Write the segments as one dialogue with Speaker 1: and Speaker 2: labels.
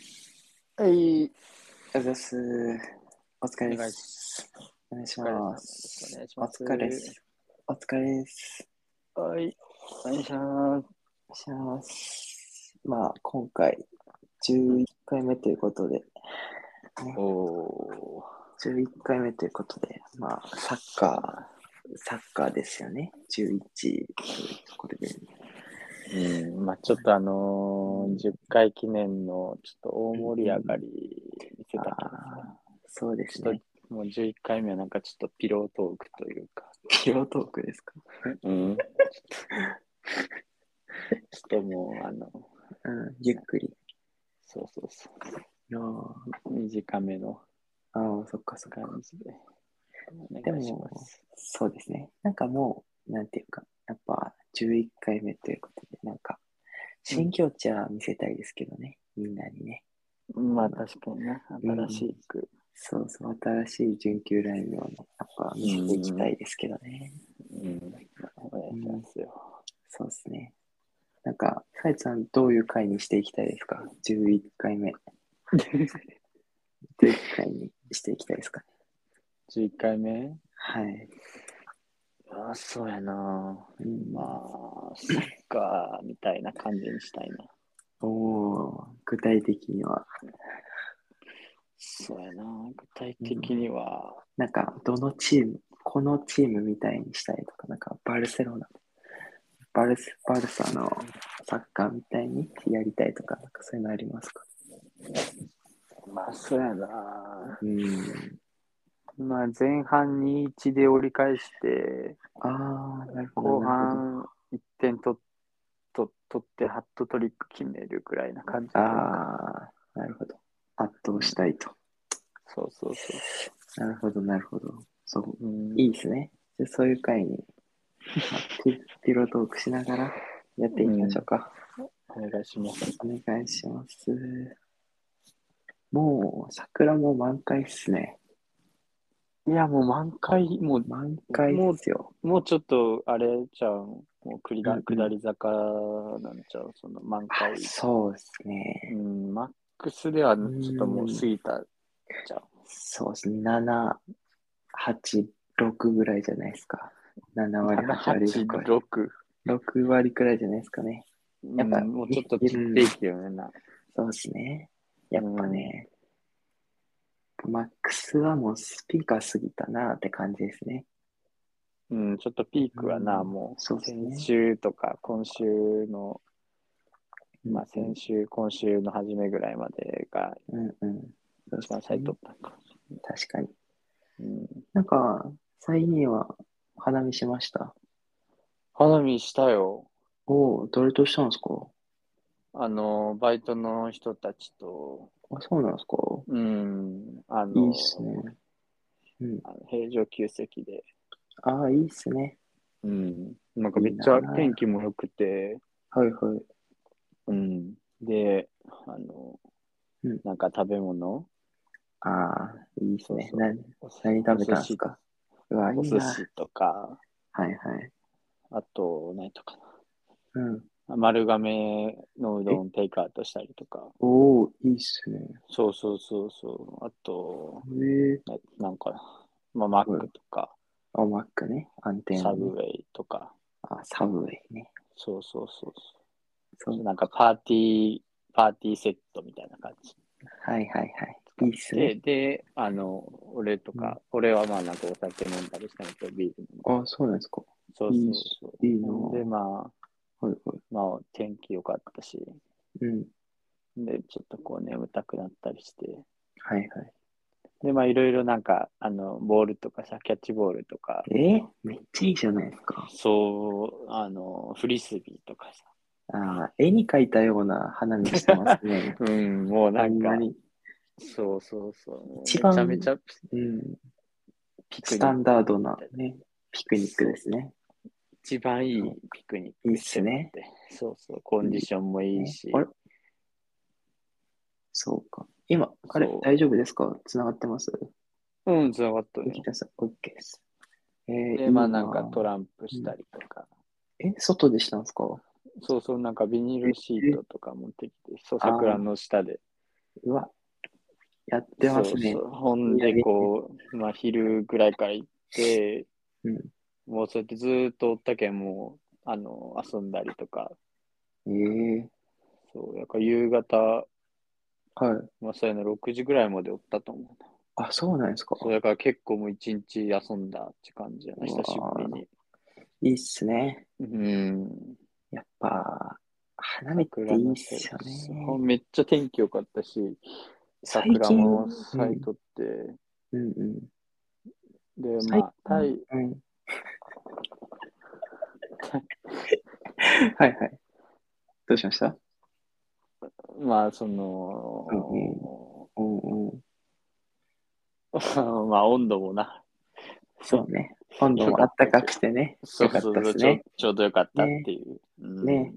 Speaker 1: はい。ありがとうございます。お疲れです。お願いし
Speaker 2: お疲れ様
Speaker 1: ま
Speaker 2: です
Speaker 1: す。
Speaker 2: お願いし
Speaker 1: お
Speaker 2: ます。
Speaker 1: 疲れです。。お疲れです。
Speaker 2: はい。お願いします。
Speaker 1: お願いします。まあ、今回、11回目ということで、
Speaker 2: おお
Speaker 1: 11回目ということで、まあ、サッカー、サッカーですよね。11というところで。
Speaker 2: ー。うん、まあちょっとあのー、10回記念のちょっと大盛り上がり見せ
Speaker 1: あ
Speaker 2: たけ
Speaker 1: あ、そうです
Speaker 2: どね
Speaker 1: ね。
Speaker 2: ちょっともう11回目はなんかちょっとピロートークというか、
Speaker 1: ピロートークですか
Speaker 2: うん。ちょっとちょっともう、あの、
Speaker 1: うん、ゆっくり。
Speaker 2: そうそうそ
Speaker 1: あ
Speaker 2: う、
Speaker 1: ー
Speaker 2: 短めの
Speaker 1: あー、そっかそっか。
Speaker 2: 感じで。お願いします。
Speaker 1: そうですね。なんかもう、なんていうか、やっぱ11回目ということで、なんか、新境地は見せたいですけどね、みんなにね。
Speaker 2: まあ確かにね、新しく、
Speaker 1: そうそう、新しい準急ラインをね、やっぱ見せていきたいですけどね。
Speaker 2: うん、お願いしますよ。
Speaker 1: そうですね。なんか、さえちゃん、どういう回にしていきたいですか ?11 回目。11回にしていきたいですかね。
Speaker 2: 11回目
Speaker 1: はい。
Speaker 2: あそうやな
Speaker 1: うん、
Speaker 2: ま
Speaker 1: ま
Speaker 2: あ
Speaker 1: あ、
Speaker 2: サッカーみたいな感じにしたいな
Speaker 1: おー具体的には、
Speaker 2: そうやな具体的には、
Speaker 1: なんか、どのチーム、このチームみたいにしたいとか、なんか、バルセロナ、バルスバルサのサッカーみたいにやりたいとか、なんかそういうのありますか
Speaker 2: まあそうやな
Speaker 1: うん。
Speaker 2: まあ前半2-1で折り返して
Speaker 1: ああ、なるほど。
Speaker 2: 後
Speaker 1: なるほ
Speaker 2: 半1点取っと取ってハットトリック決めるぐらいな感じ
Speaker 1: ど。ああ、なるほど。圧倒したいと。
Speaker 2: そうそうそ、
Speaker 1: なるほど、なるほど。そう
Speaker 2: うん
Speaker 1: う。いいですね。じゃあそういう回に、まあピ ピロトークしながらやっていきましょうか。
Speaker 2: お願いします
Speaker 1: お願いします。もう桜も満開っすね。
Speaker 2: いやもう満開もう
Speaker 1: 満開っすよ。
Speaker 2: もうちょっとあれちゃうもう下りだ
Speaker 1: うんうん
Speaker 2: 下り坂なんちゃうその満開
Speaker 1: あそうっすね。
Speaker 2: うん、マックスではちょっともう過ぎたじゃん。
Speaker 1: そうっすね。7、8、6ぐらいじゃないですか。7割、8割、
Speaker 2: 7
Speaker 1: 6
Speaker 2: 8
Speaker 1: 割。
Speaker 2: 6
Speaker 1: 6割くらいじゃないですかね。
Speaker 2: や
Speaker 1: や
Speaker 2: っ
Speaker 1: っ
Speaker 2: ぱ
Speaker 1: ぱ
Speaker 2: もうちょっと切っていくよね。な
Speaker 1: そうっすね。やっぱね、マックスはもうスピーカー過ぎたなって感じですね。
Speaker 2: うん、ちょっとピークはな、
Speaker 1: うん
Speaker 2: も
Speaker 1: そう
Speaker 2: う
Speaker 1: っすね
Speaker 2: 先。週とか今週の、まあ先週、今週の初めぐらいまでが
Speaker 1: うんうん。
Speaker 2: 一番最トップだから。
Speaker 1: 確かに。
Speaker 2: うん、
Speaker 1: なんか、最近は花見しました。
Speaker 2: 花見したよ。
Speaker 1: おお、誰としたんですか
Speaker 2: あの、バイトの人たちと、
Speaker 1: あ、そうなんですか
Speaker 2: うん、あの、
Speaker 1: いいっすね。うん。
Speaker 2: あの平常休席で。
Speaker 1: ああ、いいっすね。
Speaker 2: うん、なんかめっちゃ天気も良くて、
Speaker 1: はいはい。
Speaker 2: うん、で、あの、
Speaker 1: うん
Speaker 2: なんか食べ物、
Speaker 1: ああ、いいっすね。
Speaker 2: そうそう
Speaker 1: な
Speaker 2: お寿
Speaker 1: 何食べたんですかうわ、い
Speaker 2: お
Speaker 1: い
Speaker 2: 寿
Speaker 1: な。
Speaker 2: 司とか、
Speaker 1: はいはい。
Speaker 2: あと、何とか
Speaker 1: うん。
Speaker 2: な、丸亀のうどんテイクアウトしたりとか、
Speaker 1: おお、いいっすね。
Speaker 2: そうそうそう、そうあと、
Speaker 1: ええ
Speaker 2: ななんかな、まあ、マックとか、
Speaker 1: あ、マックね。安定
Speaker 2: サ
Speaker 1: の
Speaker 2: ブウ
Speaker 1: ね。
Speaker 2: ェイとか、
Speaker 1: あ、サブウェイね。
Speaker 2: そうそうそう
Speaker 1: そ
Speaker 2: そう、
Speaker 1: う。
Speaker 2: なんかパーティー、パーティーセットみたいな感じ。
Speaker 1: はいはいはい。いいっす
Speaker 2: で、
Speaker 1: ね。
Speaker 2: で、あの、俺とか、俺はまあなんかお酒飲んだりしたんだけど、ビール飲んだり
Speaker 1: あ、そうなんですか。
Speaker 2: そうそうそう。
Speaker 1: いいなぁ
Speaker 2: で、ま
Speaker 1: はいはい。
Speaker 2: あ、まあ、天気良かったし、
Speaker 1: うん。
Speaker 2: で、ちょっとこう眠たくなったりして、
Speaker 1: はいはい。
Speaker 2: で、まあ、いろいろなんか、あの、ボールとかさ、キャッチボールとか、
Speaker 1: えーめっちゃいいじゃないですか。
Speaker 2: そう、あの、フリスビーとかさ、。
Speaker 1: ああ、絵に描いたような花見してますね
Speaker 2: うん、もう なんか
Speaker 1: ほ、に
Speaker 2: そうそうそう、もう
Speaker 1: 一番
Speaker 2: めちゃめちゃ
Speaker 1: うん、
Speaker 2: ピク
Speaker 1: ス
Speaker 2: ニ
Speaker 1: タ
Speaker 2: ック、
Speaker 1: ンダードな、ね、ピクニックですね。
Speaker 2: 一番いいピクニッ
Speaker 1: いいっすね。
Speaker 2: クで、そうそう、コンディションもいいし、
Speaker 1: あれそうか。今、あれ
Speaker 2: そう、
Speaker 1: 大丈夫ですかつながってます
Speaker 2: うん、つながった
Speaker 1: で
Speaker 2: ね
Speaker 1: き。たさ、OK です。えー
Speaker 2: で、まあなんか
Speaker 1: いい
Speaker 2: トランプしたりとか、
Speaker 1: え、外でしたんですか
Speaker 2: そうそう、なんかビニールシートとか持ってきて、そう、桜の下で。
Speaker 1: うわ、やってますね。
Speaker 2: そうそうほんで、こう、まあ、昼ぐらいから行って、
Speaker 1: うん
Speaker 2: もうそうやってずーっとおったけん、もう、あの、遊んだりとか、
Speaker 1: ええ
Speaker 2: そう、やっぱ夕方、
Speaker 1: はい。
Speaker 2: まあ、そういうの6時ぐらいまでおったと思うな。
Speaker 1: あ、そうなんですか。
Speaker 2: そう、だから結構もう一日遊んだって感じやな、
Speaker 1: う
Speaker 2: 久
Speaker 1: わー
Speaker 2: しぶりに。
Speaker 1: いいっすね。
Speaker 2: うん。
Speaker 1: やっぱ、花見っていいっすよ
Speaker 2: そう
Speaker 1: ね。
Speaker 2: めっちゃ天気良かったし、
Speaker 1: 最
Speaker 2: 桜
Speaker 1: 近、
Speaker 2: も咲いとって、
Speaker 1: うんうん。
Speaker 2: で、
Speaker 1: 最
Speaker 2: まあ、タイ、
Speaker 1: うん。 はいはい。どうしました
Speaker 2: まあ、その、
Speaker 1: うんうん。
Speaker 2: まあ、温度もな、
Speaker 1: そうね。温度もあったかくてね。
Speaker 2: そ
Speaker 1: よ
Speaker 2: う
Speaker 1: かっ
Speaker 2: そう
Speaker 1: た
Speaker 2: そ
Speaker 1: で
Speaker 2: う
Speaker 1: す
Speaker 2: ちょ
Speaker 1: ね。
Speaker 2: ちょうどよかったっていう。うん
Speaker 1: ね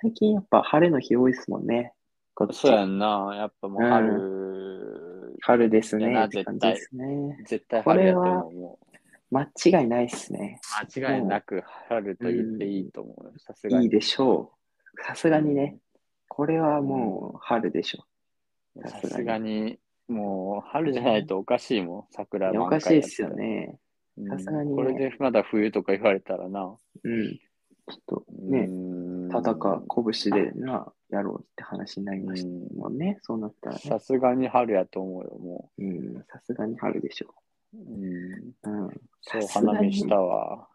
Speaker 1: 最近やっぱ晴れの日多いですもんね。こっち
Speaker 2: そうやんな、やっぱもう春、
Speaker 1: 春です
Speaker 2: いや
Speaker 1: ね。
Speaker 2: な
Speaker 1: って感じですね。
Speaker 2: 絶対春やと思う。もう
Speaker 1: 間違いないですね。
Speaker 2: 間違いなく春と言っていいと思うよ。さすがに。
Speaker 1: いいでしょう。さすがにね、これはもう春でしょ
Speaker 2: うん。さすがに、もう春じゃないとおかしいもん、桜
Speaker 1: う。
Speaker 2: 満開
Speaker 1: おかしいですよね。
Speaker 2: うん。
Speaker 1: さすがにね
Speaker 2: これでまだ冬とか言われたらな。
Speaker 1: うん。ちょっと
Speaker 2: う
Speaker 1: ね、
Speaker 2: ん
Speaker 1: 戦う拳でな、やろうって話になりましたもんね。そうなったらね
Speaker 2: さ。すがに春やと思うよ、も
Speaker 1: うん、さすがに春でしょ
Speaker 2: う。うん、
Speaker 1: う。うん。
Speaker 2: そう、
Speaker 1: さすがに
Speaker 2: 花見したわ。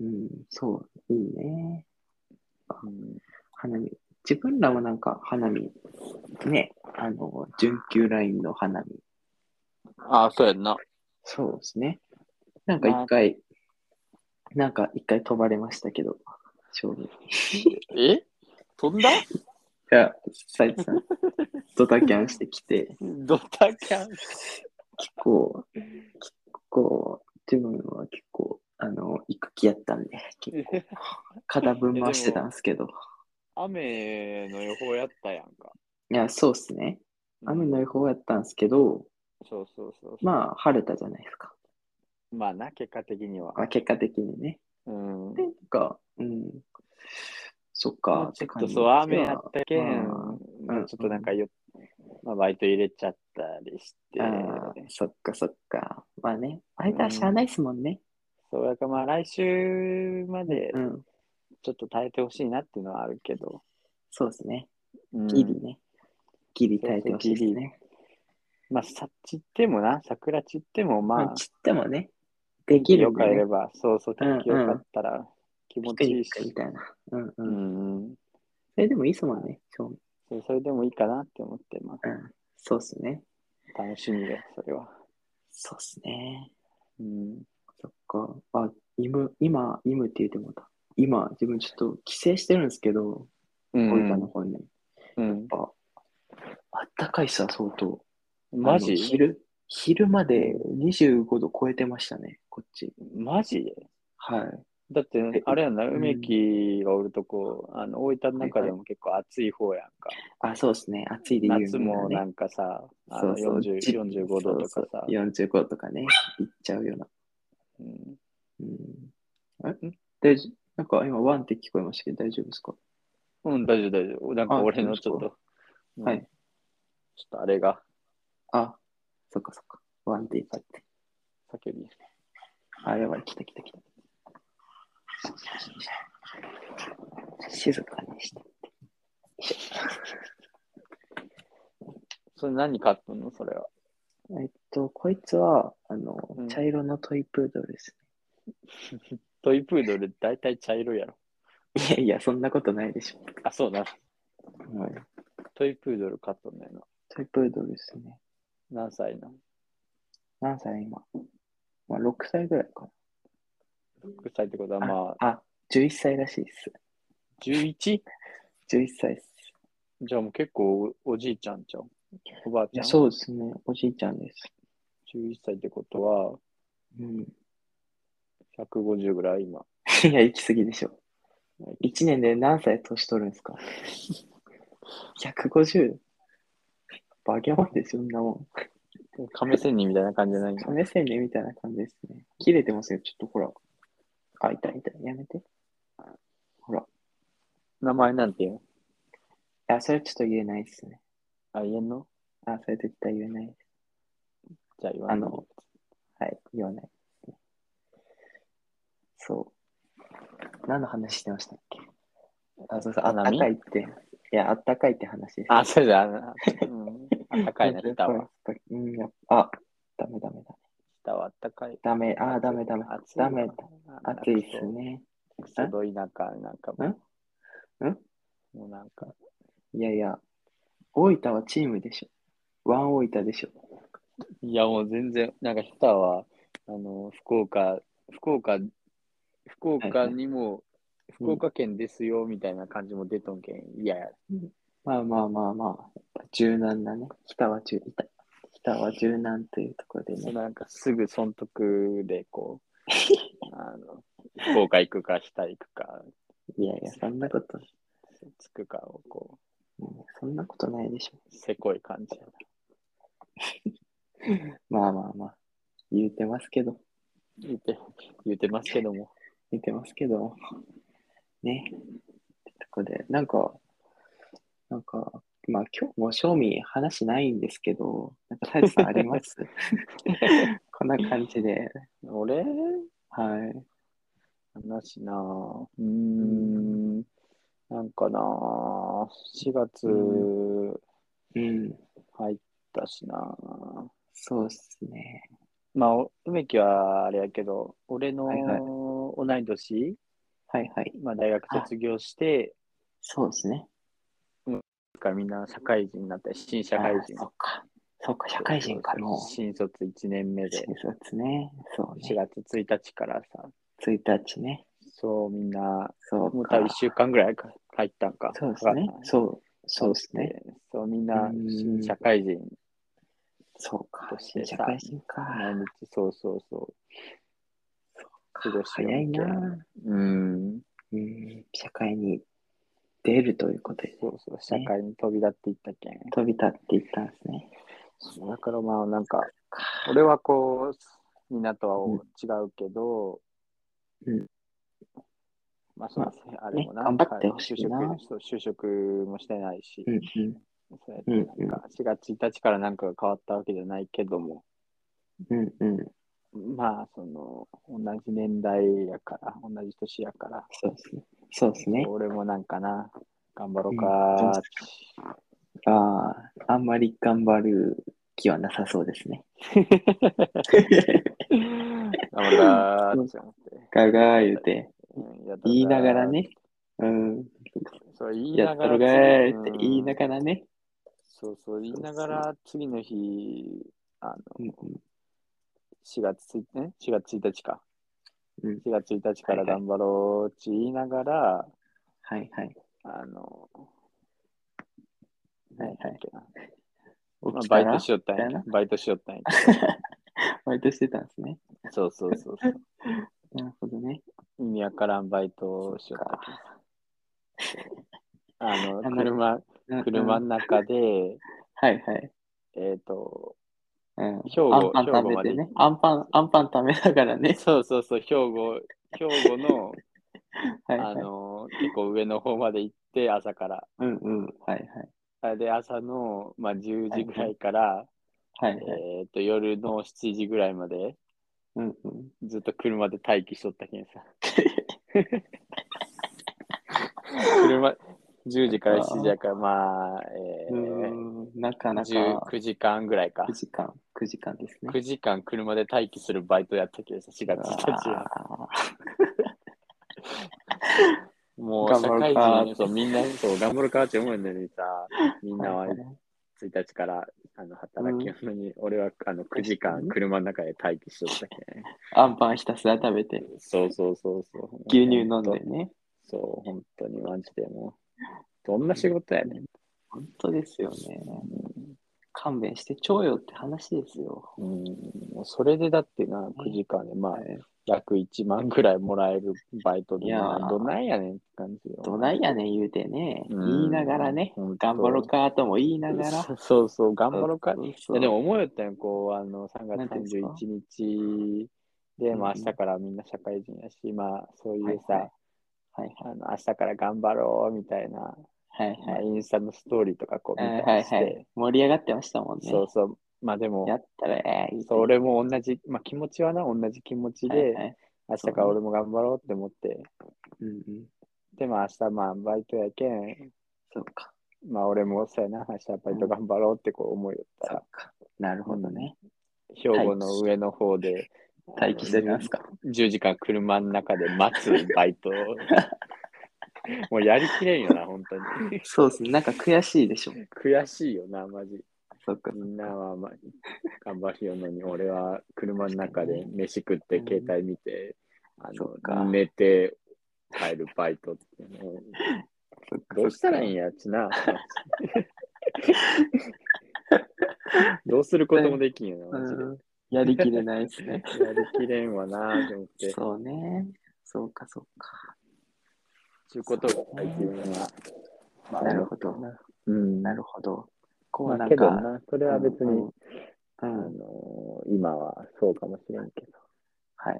Speaker 1: うん、そう、いいね。
Speaker 2: うん
Speaker 1: 花見。自分らもなんか花見、ね、あの、準急ラインの花見。
Speaker 2: ああ、そうやんな。
Speaker 1: そうですね。なんか一回、なんか一回飛ばれましたけど、将棋。い
Speaker 2: え飛んだ
Speaker 1: や、サイズさん、ドタキャンしてきて、
Speaker 2: ドタキャン。
Speaker 1: 結構、結構、自分は結構、あの、行く気やったんで、結構、肩分回してたんですけど。
Speaker 2: 雨の予報やったやんか。
Speaker 1: いや、そうですね。雨の予報やったんですけど、
Speaker 2: そうそうそう。まあ、
Speaker 1: まあ、晴れたじゃないですか。
Speaker 2: まあな、結果的には。
Speaker 1: まあ、結果的にね。
Speaker 2: うん。
Speaker 1: で、なんか、うん、そっ
Speaker 2: ま
Speaker 1: か
Speaker 2: あ、
Speaker 1: っ
Speaker 2: ち
Speaker 1: て
Speaker 2: ょっ
Speaker 1: 感
Speaker 2: と
Speaker 1: じ
Speaker 2: そう、雨やったけん、
Speaker 1: うん
Speaker 2: まあちょっとなんかよ、まあ、バイト入れちゃったりして、
Speaker 1: あーそっかそっか。まあね、あれとはしゃあないですもんね。
Speaker 2: そうやからまあ来週まで
Speaker 1: うん、
Speaker 2: ちょっと耐えてほしいなっていうのはあるけど。
Speaker 1: そうですね。
Speaker 2: うん
Speaker 1: ギリね。ギリ耐えてほしいですね。
Speaker 2: まあ、さ散ってもな、桜散っても、ま
Speaker 1: ま
Speaker 2: あ
Speaker 1: あ、、ちってもね、できる
Speaker 2: よ
Speaker 1: ん
Speaker 2: く
Speaker 1: で
Speaker 2: れ
Speaker 1: ね
Speaker 2: れ。ば、そうそう、
Speaker 1: うんうん
Speaker 2: 天気よかったら気持ち
Speaker 1: ピク
Speaker 2: いい
Speaker 1: ニ
Speaker 2: し
Speaker 1: ッ、クみたいな。うん
Speaker 2: う
Speaker 1: うん。
Speaker 2: ん、
Speaker 1: それでもいいですもんね、今日。
Speaker 2: そうそれでもいいかなって思ってます。
Speaker 1: うん。そうっすね。
Speaker 2: 楽しみよ、それは。
Speaker 1: そうっすね。
Speaker 2: うん、
Speaker 1: そっか。あ、今、今、今って言ってもうた。今、自分ちょっと帰省してるんですけど、
Speaker 2: うん
Speaker 1: 大分の方に。
Speaker 2: うん、
Speaker 1: ああったかいさ、相当。
Speaker 2: マ
Speaker 1: あの
Speaker 2: ジ
Speaker 1: 昼、昼まで25度超えてましたね、こっち。
Speaker 2: マジ
Speaker 1: はい。
Speaker 2: だって
Speaker 1: え、
Speaker 2: あれやんな、梅木がおるとこ、あの大分の中でも結構暑い方やんか。
Speaker 1: あ、そうですね。暑いで有名な、ね。
Speaker 2: 夏もなんかさ、あの
Speaker 1: そうそう
Speaker 2: 40
Speaker 1: じ
Speaker 2: 45度とかさ
Speaker 1: そう。そう45とかね、いっちゃうような。
Speaker 2: うん
Speaker 1: うん。え大丈夫なんか今、ワンって聞こえましたけど、大丈夫ですか
Speaker 2: うん、大丈夫、大丈夫。なんか
Speaker 1: あ
Speaker 2: 俺のちょっ
Speaker 1: そう
Speaker 2: と、うん
Speaker 1: はい
Speaker 2: ちょっとあれが
Speaker 1: あ、そっかそっか。ワンって言っちゃって。
Speaker 2: 叫び。
Speaker 1: あ、やばい、来た来た来た。静かにして。
Speaker 2: それ何買ったのそれは。
Speaker 1: えっと、こいつは、あの
Speaker 2: う、ん
Speaker 1: 茶色のトイプードルです
Speaker 2: トイプードル大体茶色いやろ。
Speaker 1: ね。いやいや、そんなことないでしょ。
Speaker 2: あ、そうだ。
Speaker 1: はい、
Speaker 2: トイプードル買ったんだよ
Speaker 1: トイプードルですね。
Speaker 2: な。何歳なの
Speaker 1: 何歳今まあ、6歳ぐらいか
Speaker 2: ?6 歳ってことは
Speaker 1: な。
Speaker 2: まあ、
Speaker 1: あ、あ11歳らしいです。
Speaker 2: 11?
Speaker 1: 11歳です。
Speaker 2: じゃあもう結構おおじいちゃんちゃうおばあ
Speaker 1: い
Speaker 2: ちゃ
Speaker 1: や、
Speaker 2: ん。
Speaker 1: そうですね。おじいちゃんです。
Speaker 2: 11歳ってことは、
Speaker 1: うん。
Speaker 2: 150ぐらい今。
Speaker 1: いや、行き過ぎでしょ。1年で何歳年取るん ですか ?150? バケモンですよ、そんなもん。
Speaker 2: 亀仙人みたいな感じじゃないんだ。
Speaker 1: 亀仙人みたいな感じですね。切れてますよ、ちょっとほら。あ、痛い痛い。やめて。
Speaker 2: 名前なんて言うの
Speaker 1: あ、それはちょっと言えないですね。
Speaker 2: あ、言えんの
Speaker 1: あ、それ絶対言えない。
Speaker 2: じゃあ言わ
Speaker 1: あ
Speaker 2: ない。
Speaker 1: の、はい、言わないですね。そう。何の話してましたっけあ、そうそう、あっ
Speaker 2: 花
Speaker 1: た
Speaker 2: 見
Speaker 1: かいって、いや、あったかいって話です。
Speaker 2: あ、そうじゃあの、うん、あった かいな、
Speaker 1: そうそう
Speaker 2: 北は。
Speaker 1: そううん、やっぱあ、ダメダメだ。
Speaker 2: 北はあったかい。
Speaker 1: ダメ、あー、ダメダメ。
Speaker 2: 暑い
Speaker 1: ダメだ。
Speaker 2: だ
Speaker 1: 暑いっす。ね。
Speaker 2: くそどい中、なんかも
Speaker 1: ん
Speaker 2: うんもうなんか、
Speaker 1: いやいや、大分はチームでしょ。ワン大分でしょ。
Speaker 2: いやもう全然、なんか北は、あの、福岡、福岡、福岡にも、福岡県ですよ、みたいな感じも出とんけん。いやいや、
Speaker 1: まあまあまあまあ、やっぱ柔軟なね。北は柔北北は柔軟というところで
Speaker 2: そう
Speaker 1: ね。
Speaker 2: なんかすぐ損得でこう、あの、福岡行くか、北行くか、
Speaker 1: いやいや、そんなこと、
Speaker 2: つくかをこ
Speaker 1: うんそんなことないでしょ。
Speaker 2: う、せこい感じやな。
Speaker 1: まあまあまあ、言うてますけど、
Speaker 2: 言うて、言うてますけども。
Speaker 1: 言うてますけど、ね。ってとこで、なんか、なんか、まあ今日も正味話ないんですけど、なんか、サイズさんあります こんな感じで、
Speaker 2: 俺、
Speaker 1: はい。
Speaker 2: 話なぁ。うーん、なんかなぁ、4月
Speaker 1: ううん、
Speaker 2: 入ったしなぁ。
Speaker 1: そうっすね。
Speaker 2: まあ、お梅木はあれやけど、俺の
Speaker 1: はいはい
Speaker 2: 同い年、
Speaker 1: はいはい。
Speaker 2: まあ、大学卒業して、
Speaker 1: そうっすね。
Speaker 2: なんかみんな社会人になったり、新社会
Speaker 1: あー
Speaker 2: 人
Speaker 1: そっか。そっか、社会人かの。
Speaker 2: 新卒1年目
Speaker 1: 新
Speaker 2: で、
Speaker 1: 卒ね。そう
Speaker 2: 4
Speaker 1: ね。
Speaker 2: 月1日からさ、
Speaker 1: 1日ね。
Speaker 2: そうみんな、
Speaker 1: そ
Speaker 2: も
Speaker 1: う
Speaker 2: う
Speaker 1: か
Speaker 2: 多分。1週間ぐらいか入ったんか。
Speaker 1: そうです
Speaker 2: か
Speaker 1: ね
Speaker 2: か。んない
Speaker 1: そう、そうですね。。
Speaker 2: そうみんな
Speaker 1: うん
Speaker 2: 新社会人、
Speaker 1: そうか
Speaker 2: そ。して
Speaker 1: 新
Speaker 2: さ
Speaker 1: 社会人か。
Speaker 2: 毎日そうそうそう。過ごしよう
Speaker 1: 早いな。
Speaker 2: うん。
Speaker 1: うん、社会に出るということで、
Speaker 2: そうそう、社会に飛び立っていったけん。
Speaker 1: 飛び立っていったんですね。
Speaker 2: そうだからまあなんか、俺はこう、みんなとは違うけど、
Speaker 1: うん
Speaker 2: まあそうですね、あれもな、
Speaker 1: 頑張ってほしいな
Speaker 2: 就職そう就職もしてないし、
Speaker 1: うん
Speaker 2: そうやっ
Speaker 1: う
Speaker 2: て
Speaker 1: んうん
Speaker 2: なんか4月1日からなんかが変わったわけじゃないけども、
Speaker 1: うんうんうん。
Speaker 2: まあその、同じ年代やから、同じ年やから、
Speaker 1: そうですね。そうですね。
Speaker 2: 俺もなんかな、頑張ろうか
Speaker 1: うん
Speaker 2: ーって、
Speaker 1: ああ、あんまり頑張る気はなさそうです ね。
Speaker 2: 頑張ろうかーって思って
Speaker 1: ガガー言うて、
Speaker 2: うんやったろかーって。
Speaker 1: 言いながらね。うん。
Speaker 2: そう言い
Speaker 1: や
Speaker 2: な
Speaker 1: っ
Speaker 2: が
Speaker 1: た
Speaker 2: ら
Speaker 1: ろがーって言いな
Speaker 2: ら、
Speaker 1: がらね。
Speaker 2: そうそう、言いながら、次の日、あ
Speaker 1: う
Speaker 2: の、
Speaker 1: ん
Speaker 2: 4月1日、ね、4月1日か。
Speaker 1: うん
Speaker 2: 4月1日から
Speaker 1: はいはい
Speaker 2: 頑張ろうって言いながら、
Speaker 1: はいはい。
Speaker 2: あの、
Speaker 1: はいはい
Speaker 2: 何やっけなま
Speaker 1: 起
Speaker 2: あ
Speaker 1: きた
Speaker 2: バ
Speaker 1: ら
Speaker 2: イトしよったんや
Speaker 1: だな。
Speaker 2: バイトしよったんや。
Speaker 1: バイトしてたんですね。
Speaker 2: そうそうそう そう。
Speaker 1: なるほどね。
Speaker 2: 意味わからんバイトをしよったけどあの、車、
Speaker 1: うんうん
Speaker 2: 車の中で、
Speaker 1: はいはい。
Speaker 2: えっと、
Speaker 1: うん。
Speaker 2: 兵庫
Speaker 1: アンパン
Speaker 2: 兵庫
Speaker 1: 食
Speaker 2: ま
Speaker 1: べ
Speaker 2: で
Speaker 1: てね。アンパン、アンパン食べながらね。
Speaker 2: そうそうそう、兵庫、兵庫の、
Speaker 1: はい は
Speaker 2: あ
Speaker 1: い。
Speaker 2: の、結構上の方まで行って、朝から。
Speaker 1: うんうん。はいはい。
Speaker 2: あれで、朝の、まあ、10時ぐらいから、
Speaker 1: はいはい。
Speaker 2: えっと、夜の7時ぐらいまで、
Speaker 1: うんうん。
Speaker 2: ずっと車で待機しとった けんさ。車、10時から7時やから、まあ、えー
Speaker 1: うーんなかなか
Speaker 2: 10 9時間ぐらいか
Speaker 1: 9。時間、9時間ですね。
Speaker 2: 9時間車で待機するバイトやったけどさ、4月1日は。
Speaker 1: あ
Speaker 2: もう
Speaker 1: 頑
Speaker 2: 社
Speaker 1: 張ろ
Speaker 2: 会
Speaker 1: うかーって
Speaker 2: 人そうみんなそう頑張るかって思うんだよねさ、みん
Speaker 1: ー
Speaker 2: なは
Speaker 1: はい
Speaker 2: 1日からあの働きようのに、俺はあの9時間車の中で待機しとったけん、
Speaker 1: アンパンひたすら食べて、
Speaker 2: そうそうそうそう。
Speaker 1: 牛乳飲んでね。
Speaker 2: そう、本当にマジでもう。どんな仕事やねん。
Speaker 1: 本当ですよね。勘弁してちょうよって話ですよ。
Speaker 2: うん、もうそれでだってな、9時間で、まあ、約1万ぐらいもらえるバイトで、
Speaker 1: いやー
Speaker 2: などないやねんって感じよ。
Speaker 1: どないやねん言うてね、
Speaker 2: う
Speaker 1: 言
Speaker 2: ん
Speaker 1: いながらね
Speaker 2: ほん、と
Speaker 1: 頑張ろうかとも言いながら、
Speaker 2: そうそうそう、頑張ろうか
Speaker 1: そうそ
Speaker 2: い
Speaker 1: う
Speaker 2: やでも思うよったんよこう、あの、3月
Speaker 1: なんていうんですか
Speaker 2: 31日で、まあ
Speaker 1: うんう
Speaker 2: 明
Speaker 1: ん
Speaker 2: 日からみんな社会人やし、まあそういうさ、
Speaker 1: はいはい
Speaker 2: あの、明日から頑張ろうみたいな、
Speaker 1: はい
Speaker 2: ま
Speaker 1: は
Speaker 2: あ
Speaker 1: い。
Speaker 2: インスタのストーリーとかこう
Speaker 1: はい
Speaker 2: 見
Speaker 1: は
Speaker 2: た
Speaker 1: い
Speaker 2: りして、
Speaker 1: はい。盛り上がってましたもんね。
Speaker 2: そうそう、まあでも、
Speaker 1: やったらええ、いい
Speaker 2: そう、俺も同じ、まあ気持ちはな、同じ気持ち
Speaker 1: はい
Speaker 2: で
Speaker 1: は、い
Speaker 2: 明日から俺も頑張ろうって思って、
Speaker 1: うんうん。
Speaker 2: でも明日まあバイトやけん、
Speaker 1: そうか。
Speaker 2: まあ俺もそうやな、明日バイト頑張ろうってこう思いよった
Speaker 1: そう
Speaker 2: ら、
Speaker 1: か。なるほどね。
Speaker 2: 兵庫の上の方で、
Speaker 1: 待機しておりますか。
Speaker 2: 10時間車の中で待つバイ トをもうやりきれんよな、本当に。
Speaker 1: そうですね。なんか悔しいでしょ。
Speaker 2: 悔しいよな、マジ。
Speaker 1: そっか。
Speaker 2: みんなは、まあ、頑張るよのに、俺は車の中で飯食って、携帯見て、あ
Speaker 1: そっか
Speaker 2: の寝て帰るバイトっていうのを
Speaker 1: そっか
Speaker 2: どうしたらいいん
Speaker 1: や。
Speaker 2: やっち な。どうすることもできんよな、マジで。
Speaker 1: うんやりきれないで すね。
Speaker 2: やりきれんわな、と思って。
Speaker 1: そうね。そうか、そうか。
Speaker 2: ちゅうことを書いてるのは。まあ
Speaker 1: なるほど。
Speaker 2: うん。
Speaker 1: なるほど。こ
Speaker 2: ま
Speaker 1: う
Speaker 2: あ
Speaker 1: なん
Speaker 2: けど
Speaker 1: か、
Speaker 2: な、それは別に、
Speaker 1: うんう
Speaker 2: あ
Speaker 1: ん、
Speaker 2: の
Speaker 1: はい
Speaker 2: ー今はそうかもしれんけ
Speaker 1: はい。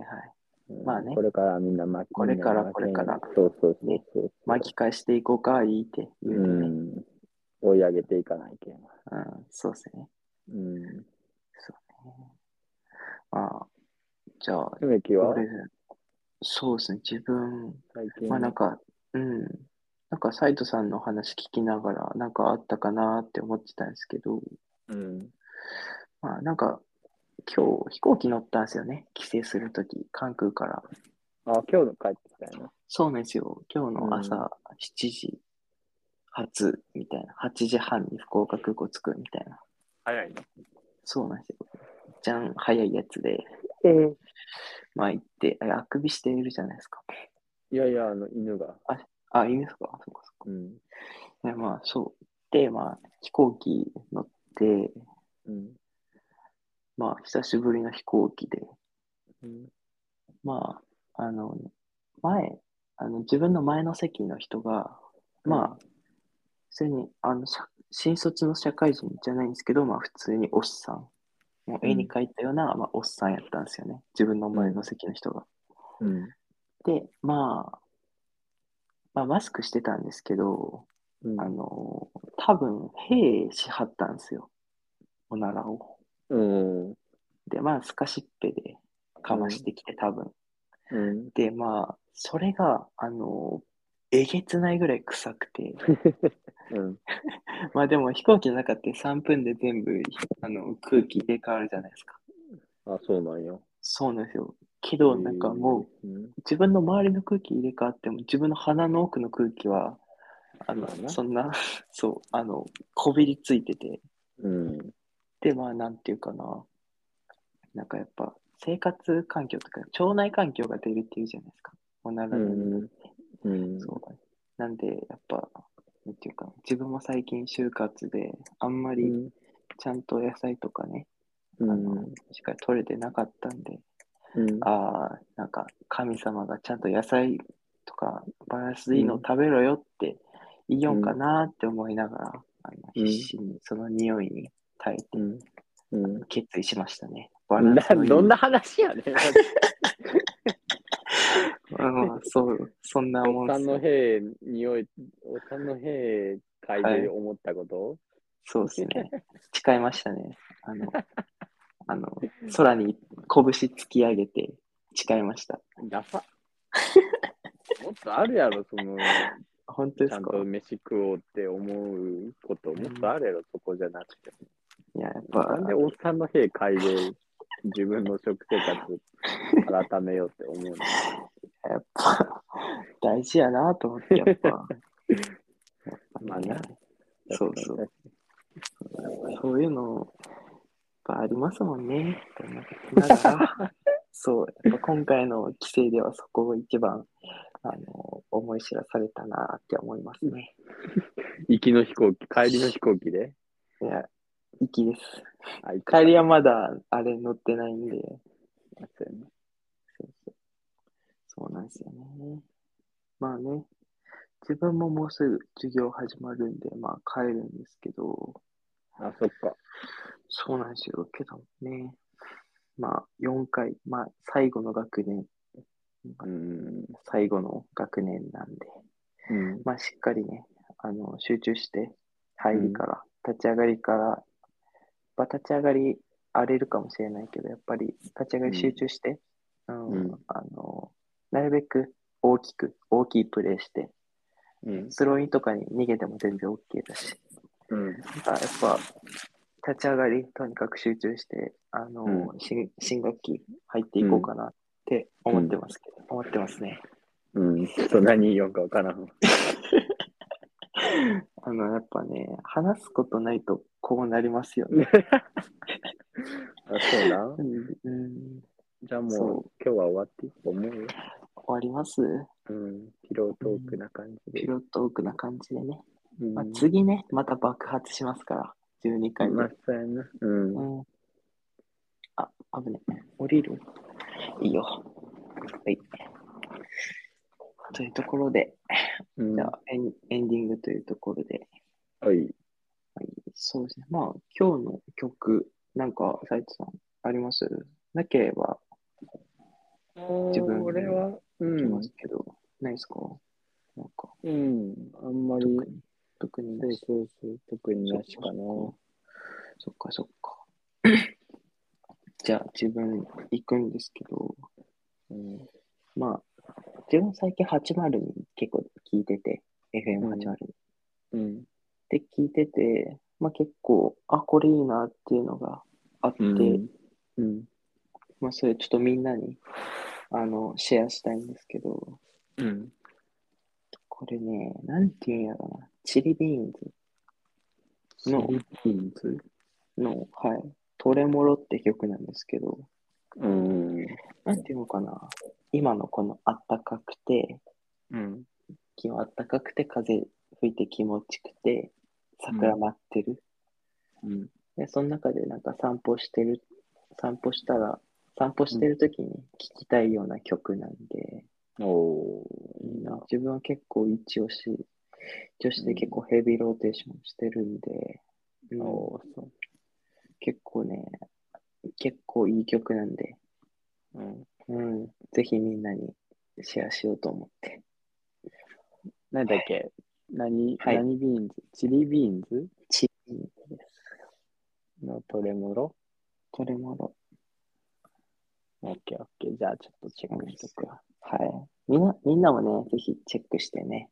Speaker 2: ど。うん
Speaker 1: まあね
Speaker 2: これからみんな巻き
Speaker 1: これからこれから。
Speaker 2: そうそうそう
Speaker 1: ね
Speaker 2: そう。
Speaker 1: 巻き返していこうか、いいって言うて
Speaker 2: う
Speaker 1: ね。
Speaker 2: ん。追い上げていかないけん。
Speaker 1: うん、そうですね。
Speaker 2: うん。
Speaker 1: そうね。まあ、じゃあ、
Speaker 2: 梅木は
Speaker 1: とりあえずそうですね。自分、
Speaker 2: 最近。
Speaker 1: まあなんか、うん。なんか、斉藤さんの話聞きながら、なんかあったかなって思ってたんですけど、
Speaker 2: うん。
Speaker 1: まあなんか、今日飛行機乗ったんですよね。帰省するとき、関空から。
Speaker 2: あ、今日帰ってきたよな。
Speaker 1: そうなんですよ。今日
Speaker 2: うん
Speaker 1: の朝7時発みたいな、8時半に福岡空港着くみたいな。
Speaker 2: 早いな。
Speaker 1: そうなんですよ。じゃん、早いやつで、
Speaker 2: うん。
Speaker 1: まあ行って、ああくびしているじゃないですか。
Speaker 2: いやいや、あの、犬が。
Speaker 1: あ、いいんですかそうかそ
Speaker 2: うん。
Speaker 1: うか。でまあそう。で、まあ飛行機乗って、
Speaker 2: うん。
Speaker 1: まあ久しぶりの飛行機で、
Speaker 2: うん。
Speaker 1: まあ、あの、前、あの自分の前の席の人が、まあ、普通に、あの、社新卒の社会人じゃないんですけど、まあ、普通におっさん。もう絵に描いたような、まあ、おっさんやったんですよね。自分の前の席の人が。
Speaker 2: うん。
Speaker 1: で、まあ、まあ、マスクしてたんですけど、
Speaker 2: うん
Speaker 1: あの、多分、兵しはったんですよ。おならを。
Speaker 2: うん。
Speaker 1: で、まあ、すかしっぺでかましてきて、多分。
Speaker 2: うん。
Speaker 1: で、まあ、それが、あの、えげつないぐらい臭くて、
Speaker 2: うん。
Speaker 1: まあでも飛行機の中って3分で全部あの空気入れ替わるじゃないですか。
Speaker 2: あ、そうなんよ。
Speaker 1: そうなんですよ。けど、なんかも
Speaker 2: う。
Speaker 1: う
Speaker 2: うん。
Speaker 1: 自分の周りの空気入れ替わっても、自分の鼻の奥の空気は、あの
Speaker 2: そうだ、な
Speaker 1: そんな、 そう、あの、こびりついてて、
Speaker 2: うん。
Speaker 1: で、まあ、なんていうかな、なんかやっぱ、生活環境とか、腸内環境が出るっていうじゃないですか。おならの匂いって。
Speaker 2: うん。
Speaker 1: そうだね。なんで、やっぱ、なんていうか、自分も最近就活で、あんま
Speaker 2: う
Speaker 1: り
Speaker 2: ん。
Speaker 1: ちゃんと野菜とかね、
Speaker 2: う
Speaker 1: あ
Speaker 2: ん
Speaker 1: の。しっかり取れてなかったんで、
Speaker 2: うん。
Speaker 1: ああ、なんか神様がちゃんと野菜とかバランスいいの食べろよって言いようかなって思いながら、あの
Speaker 2: うん
Speaker 1: 必死にその匂いに耐えて
Speaker 2: うん。うん。
Speaker 1: 決意しましたね。バラン
Speaker 2: な
Speaker 1: スのいい
Speaker 2: ど んな話やねん。
Speaker 1: うんそう、そんなも
Speaker 2: おっ
Speaker 1: ん
Speaker 2: さ
Speaker 1: です
Speaker 2: ん
Speaker 1: よ
Speaker 2: の兵、匂い、おっさんの兵嗅いで思ったこと、
Speaker 1: そうです ね。誓いましたね。あの、あの、空に拳突き上げて誓いました。
Speaker 2: ダサ。 もっとあるやろ、その、ち
Speaker 1: 本当で
Speaker 2: ゃ
Speaker 1: す
Speaker 2: ん
Speaker 1: か
Speaker 2: と飯食おうって思うこと、もっとあるやろ、そこじゃなくて。
Speaker 1: いや、やっぱ
Speaker 2: なん、でおっさんの兵嗅いで、自分の食生 活改めようって思うの
Speaker 1: やっぱ、 大事やなと思って、やっ ぱ。やっぱね
Speaker 2: まあな
Speaker 1: そうそう。そういうの、やっぱありますも んね。だから、そう、やっぱ今回の規制ではそこを一番、あの、思い知らされたなって思いますね。
Speaker 2: 行きの飛行機、帰りの飛行機で。
Speaker 1: いや、粋です。
Speaker 2: あ、行
Speaker 1: 帰りはまだあれ乗ってないんで、
Speaker 2: きますよね。
Speaker 1: そうそうそうなんですよね。まあね、自分ももうすぐ授業始まるんで、まあ帰るんですけど、
Speaker 2: あ、そっか。
Speaker 1: そうなんですよ。けどね、まあ4回、まあ最後の学年、
Speaker 2: うん。
Speaker 1: 最後の学年なんで、
Speaker 2: うん。
Speaker 1: まあしっかりね、あの集中して、入りから、立ち上がりから、ぱ立ち上がり荒れるかもしれないけど、やっぱり立ち上がり集中して、うん
Speaker 2: うん
Speaker 1: あのなるべく大きく、大きいプレーして、
Speaker 2: うん。
Speaker 1: スローインとかに逃げても全然 OK だし、
Speaker 2: うん。
Speaker 1: なんかやっぱ立ち上がり、とにかく集中して、あの
Speaker 2: う
Speaker 1: 新新学期入っていこうかなって思ってますけど、思ってますね。
Speaker 2: うん。ちょっと何言おうかわからん。
Speaker 1: あの、やっぱね、話すことないとこうなりますよね。
Speaker 2: あ、そうなん
Speaker 1: うん
Speaker 2: じゃあ
Speaker 1: そ
Speaker 2: もう今日は終わっていくと思うよ。
Speaker 1: 終わります
Speaker 2: うん。ピロートークな感じ
Speaker 1: ピ
Speaker 2: で。
Speaker 1: ロットオークな感じでね。
Speaker 2: うん。
Speaker 1: まあ
Speaker 2: ま、
Speaker 1: 次ね、また爆発しますから、12回目。
Speaker 2: あ、そうやな。うん。
Speaker 1: うん、あ、危ね。降りるいいよ。はい。というところで、
Speaker 2: うん
Speaker 1: じゃあエンエンディングというところで、
Speaker 2: はい。
Speaker 1: はい、そうですね。まあ、今日の曲、なんか、斉藤さん、ありますなければ、自分
Speaker 2: 俺は、う
Speaker 1: いき
Speaker 2: ん
Speaker 1: ま。すけど、ないですかなんか、
Speaker 2: うん。あんまり、
Speaker 1: 特に、特に
Speaker 2: そ
Speaker 1: な
Speaker 2: う
Speaker 1: い
Speaker 2: そうそう、特になしかな。
Speaker 1: そっかそっか。じゃあ自分行くんですけど、うん、まあ、自分最近802結構聞いてて、FM802
Speaker 2: うん。
Speaker 1: で聞いてて、まあ結構、あ、これいいなっていうのがあって、
Speaker 2: うん。うん。
Speaker 1: まあそれちょっとみんなにあのシェアしたいんですけど、
Speaker 2: うん。
Speaker 1: これね、なんていうんやろな、チリビーンズの、
Speaker 2: ピンズ
Speaker 1: の、はい、トレモロって曲なんですけど、
Speaker 2: うん。
Speaker 1: なんていうのかな、今のこのあったかくて、
Speaker 2: うん。
Speaker 1: 気温あったかくて、風吹いて気持ちくて、桜舞ってる。
Speaker 2: うん。
Speaker 1: で、その中でなんか散歩してる、散歩したら、散歩してる時に聴きたいような曲なんで、
Speaker 2: おー、いいな。
Speaker 1: 自分は結構一押し、一押しで結構ヘビーローテーションしてるんで、うん
Speaker 2: おー、そ
Speaker 1: 結構ね、結構いい曲なんで、
Speaker 2: う。うん。
Speaker 1: うん、ぜひみんなにシェアしようと思って。
Speaker 2: なんだっけ何、
Speaker 1: はい
Speaker 2: 何ビーンズチリビーンズ
Speaker 1: チーズです。
Speaker 2: のトレモロ
Speaker 1: これもろ。
Speaker 2: オッケーオッケー。じゃあちょっとチェックしとくわ。
Speaker 1: はい。みんな、みんなもね、ぜひチェックしてね。